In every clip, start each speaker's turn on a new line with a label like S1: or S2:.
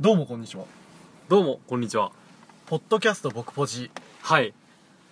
S1: どうもこんにちは。
S2: どうも、こんにちは。
S1: ポッドキャスト僕ポジ、
S2: はい。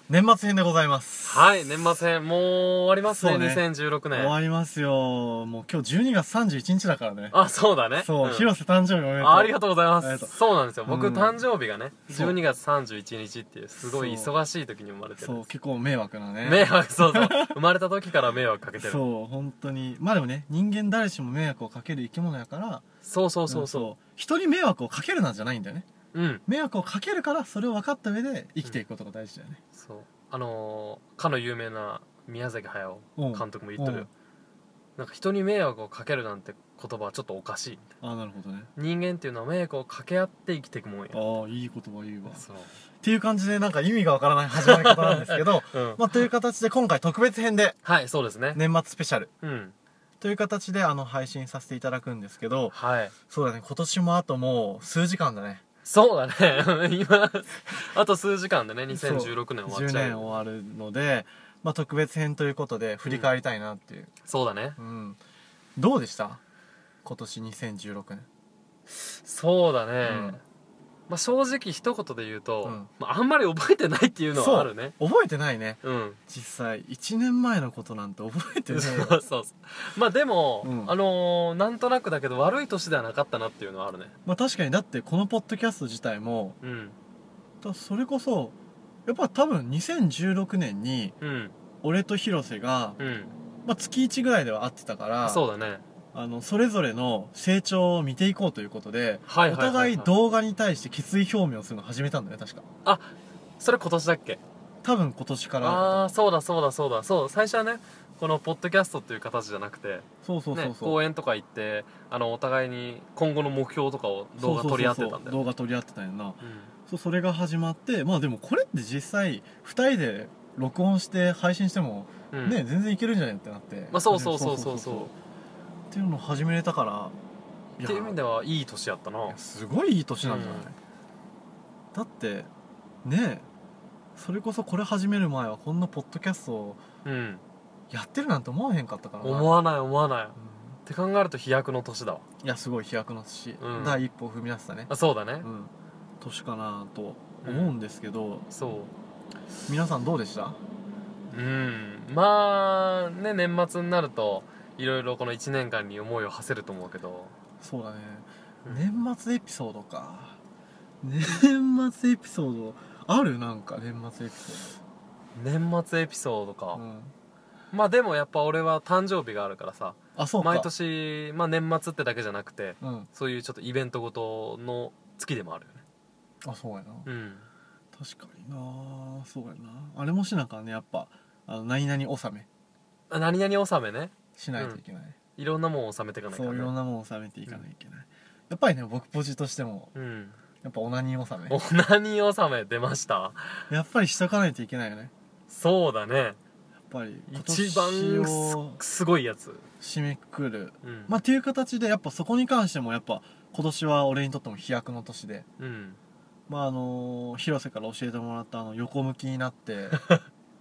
S1: 年末編でございます。
S2: はい、年末編、もう終わります
S1: そうね
S2: ね、2016
S1: 終わ
S2: 年。
S1: りますよ。もう今日12月31日だからね。
S2: あ、そうだね。
S1: そう、
S2: ん
S1: 広瀬誕生日おめでとう。
S2: あありがとうござい
S1: あり
S2: ま
S1: がと
S2: す
S1: う。
S2: そうなんですよ。僕、
S1: うん
S2: 誕生日がね、
S1: そう
S2: 12月31日っていう、すごい
S1: そう
S2: 忙しい時に生まれて
S1: そ
S2: る
S1: う、。結構迷惑なね。
S2: 迷惑、そ うそう。生まれた時から迷惑かけてる。
S1: そう、本当に。まあでもね、人間誰しも迷惑をかける生き物やから、
S2: そうそうそうそ
S1: ん人に迷惑をかけるなんじゃないんだよね。
S2: う。うん。
S1: 迷惑をかけるから、それを分かった上で生きていくことが大事だよね。
S2: そう。あのー、かの有名な宮崎駿
S1: うん
S2: 監督も言ってる
S1: うん
S2: よ。なんか人に迷惑をかけるなんて言葉はちょっとおかしい。
S1: ああ、なるほどね。
S2: 人間っていうのは迷惑をかけ合って生きていくもんや。
S1: ああ、いい言葉言うわ。っ
S2: そう。
S1: ていう感じで、なんか意味がわからない始まり方なんですけど、
S2: うん。
S1: まあ、という形で今回特別編で
S2: はい、そうですね。
S1: 年末スペシャル
S2: うん。
S1: という形であの配信させていただくんですけど
S2: はい。
S1: そうだね今年もあともう数時間だね
S2: そうだね。 今、あと数時間でね、2016年終わっ
S1: 10
S2: ちゃう。
S1: 年終わるので、まあ、特別編ということで振り返りたいなっていう、
S2: そうだね。
S1: うんどうでした今年2016年
S2: そうだね。
S1: うん
S2: まあ正直一言で言うと、
S1: うん
S2: まああんまり覚えてないっていうのはあるね。
S1: 覚えてないね
S2: うん。
S1: 実際1年前のことなんて覚えて
S2: そう
S1: ない
S2: そ
S1: わ
S2: うそう。まあでも、
S1: うん
S2: あのーなんとなくだけど悪い年ではなかったなっていうのはあるね。
S1: まあ確かにだってこのポッドキャスト自体も
S2: うん。
S1: だそれこそやっぱ多分2016年に
S2: うん。
S1: 俺と広瀬が
S2: うん。
S1: まあ、月1ぐらいでは会ってたから
S2: そうだね。
S1: あのそれぞれの成長を見ていこうということで、
S2: はいはいはい、はい。
S1: お互い動画に対して決意表明をするの始めたんだよね確か
S2: それ今年だっけ
S1: 多分今年から
S2: ああー、そうだそうだそうだ。そう、最初はね、このポッドキャストっていう形じゃなくて、
S1: そうそうそう
S2: ね、
S1: そう、
S2: 公演とか行ってあのお互いに今後の目標とかを動
S1: そうそうそ
S2: 画
S1: うそう
S2: 取り合ってたんだよ
S1: 動画取り合ってたんやな
S2: うん
S1: そうそれが始まってまあでもこれって実際2人で録音して配信しても
S2: うん
S1: ね、全然いけるんじゃねってなって
S2: まあそうそうそうそうそう
S1: っていうのを始めれたから
S2: っていう意味ではいい年やったない
S1: やすごいいい年なんじゃない、
S2: うん
S1: だってねえそれこそこれ始める前はこんなポッドキャストを
S2: うん
S1: やってるなんて思わへんかったからな
S2: 思わない思わないっ
S1: う
S2: て考えると飛躍の年だわ
S1: んいやすごい飛躍のし、
S2: うん
S1: 第一歩を踏み出したね
S2: あ、そうだね
S1: うん、年かなと思うんですけど、
S2: そ
S1: 皆さんどうでした
S2: ううんまあね年末になるといろいろこの1年間に思いを馳せると思うけど
S1: そうだね、
S2: うん
S1: 年末エピソードか年末エピソードあるなんか年末エピソー
S2: 年末エピソードか
S1: ド、うん、
S2: まあでもやっぱ俺は誕生日があるからさ
S1: あそうか
S2: 毎年まあ年末ってだけじゃなくて
S1: うん
S2: そういうちょっとイベントごとの月でもあるよね
S1: あそうやな、
S2: うん
S1: 確かになそうやなあれもしなかねやっぱあの何々納め
S2: あ何々納めね
S1: しないといけない、
S2: いろんなもんを納めていかない
S1: そ
S2: か
S1: う
S2: ら
S1: いろん
S2: ね
S1: なもん納めていかないといけない、やっぱりね僕ポジとしても
S2: うん
S1: やっぱオナニー納
S2: オナニー納め出ました
S1: めやっぱりしとかないといけないよね
S2: そうだね
S1: やっぱり今
S2: 一
S1: 年
S2: 番
S1: を
S2: すすごいやつ
S1: 締めくくる
S2: うん
S1: まあっていう形でやっぱそこに関してもやっぱ今年は俺にとっても飛躍の年で
S2: うん
S1: まああのー広瀬から教えてもらったあの横向きになって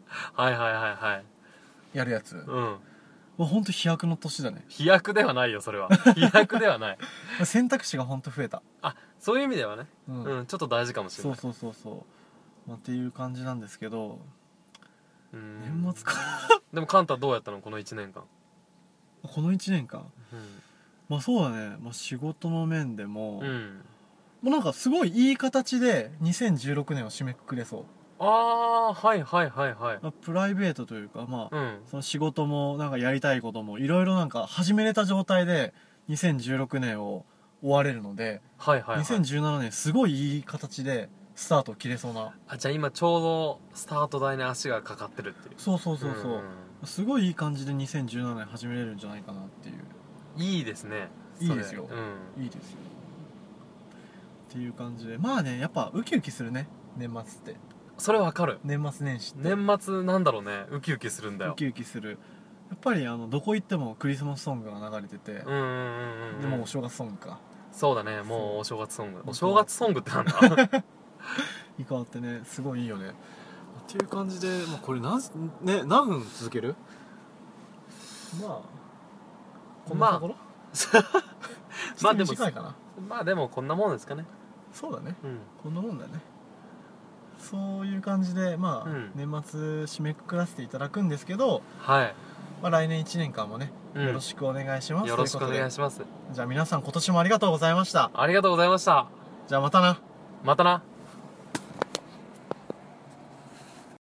S2: はいはいはいはい
S1: やるやつ、ま
S2: うん
S1: あ、ほんと飛躍の年だね
S2: 飛躍ではないよ それは飛躍ではない
S1: 選択肢がほんと増えた、
S2: あそういう意味ではね
S1: うん
S2: うんちょっと大事かもしれ
S1: そう
S2: ない
S1: そうそうそう、まあ、っていう感じなんですけど
S2: うん
S1: 年末か
S2: でもカンタどうやったのこの1年間
S1: この1年間
S2: うん
S1: まあそうだね、まあ、仕事の面でも、
S2: う
S1: も
S2: ん
S1: うなんかすごいいい形で2016年を締めくくれそう
S2: ああーはいはいはいはい
S1: まあプライベートというかまあ、
S2: うん
S1: その仕事もなんかやりたいこともいろいろなんか始めれた状態で2016年を終われるので、
S2: はいはいはい
S1: 2017年すごいいい形でスタートを切れそうな
S2: あじゃあ今ちょうどスタート台に足がかかってるっていう
S1: そうそうそうそう、
S2: ん
S1: すごいいい感じで2017年始めれるんじゃないかなっていう
S2: いいですね
S1: いいですよ
S2: それうん
S1: いいですよっていう感じでまあねやっぱウキウキするね年末って
S2: それわかる
S1: 年末年始って
S2: 年末なんだろうねウキウキするんだよ
S1: ウキウキするやっぱりあのどこ行ってもクリスマスソングが流れてて
S2: うん、うんうんうん
S1: でもお正月ソングか
S2: そうだねもうお正月ソング
S1: そう
S2: お正月ソングってなん だ
S1: に変わってねすごいいいよねっていう感じで、まあ、これ何ね何分続ける まあこんなところ、
S2: まあでも
S1: 短いかな
S2: まあでもこんなもんですかね
S1: そうだね
S2: うん
S1: こんなもんだねそういう感じでまあ、
S2: うん
S1: 年末締めくくらせていただくんですけど、
S2: はい、
S1: まあ、来年1年間もね、
S2: うん、
S1: よろしくお願いします
S2: よろしくお
S1: という
S2: 願い
S1: こ
S2: します
S1: とでじゃあ皆さん今年もありがとうございました
S2: ありがとうございました
S1: じゃあまたな
S2: またな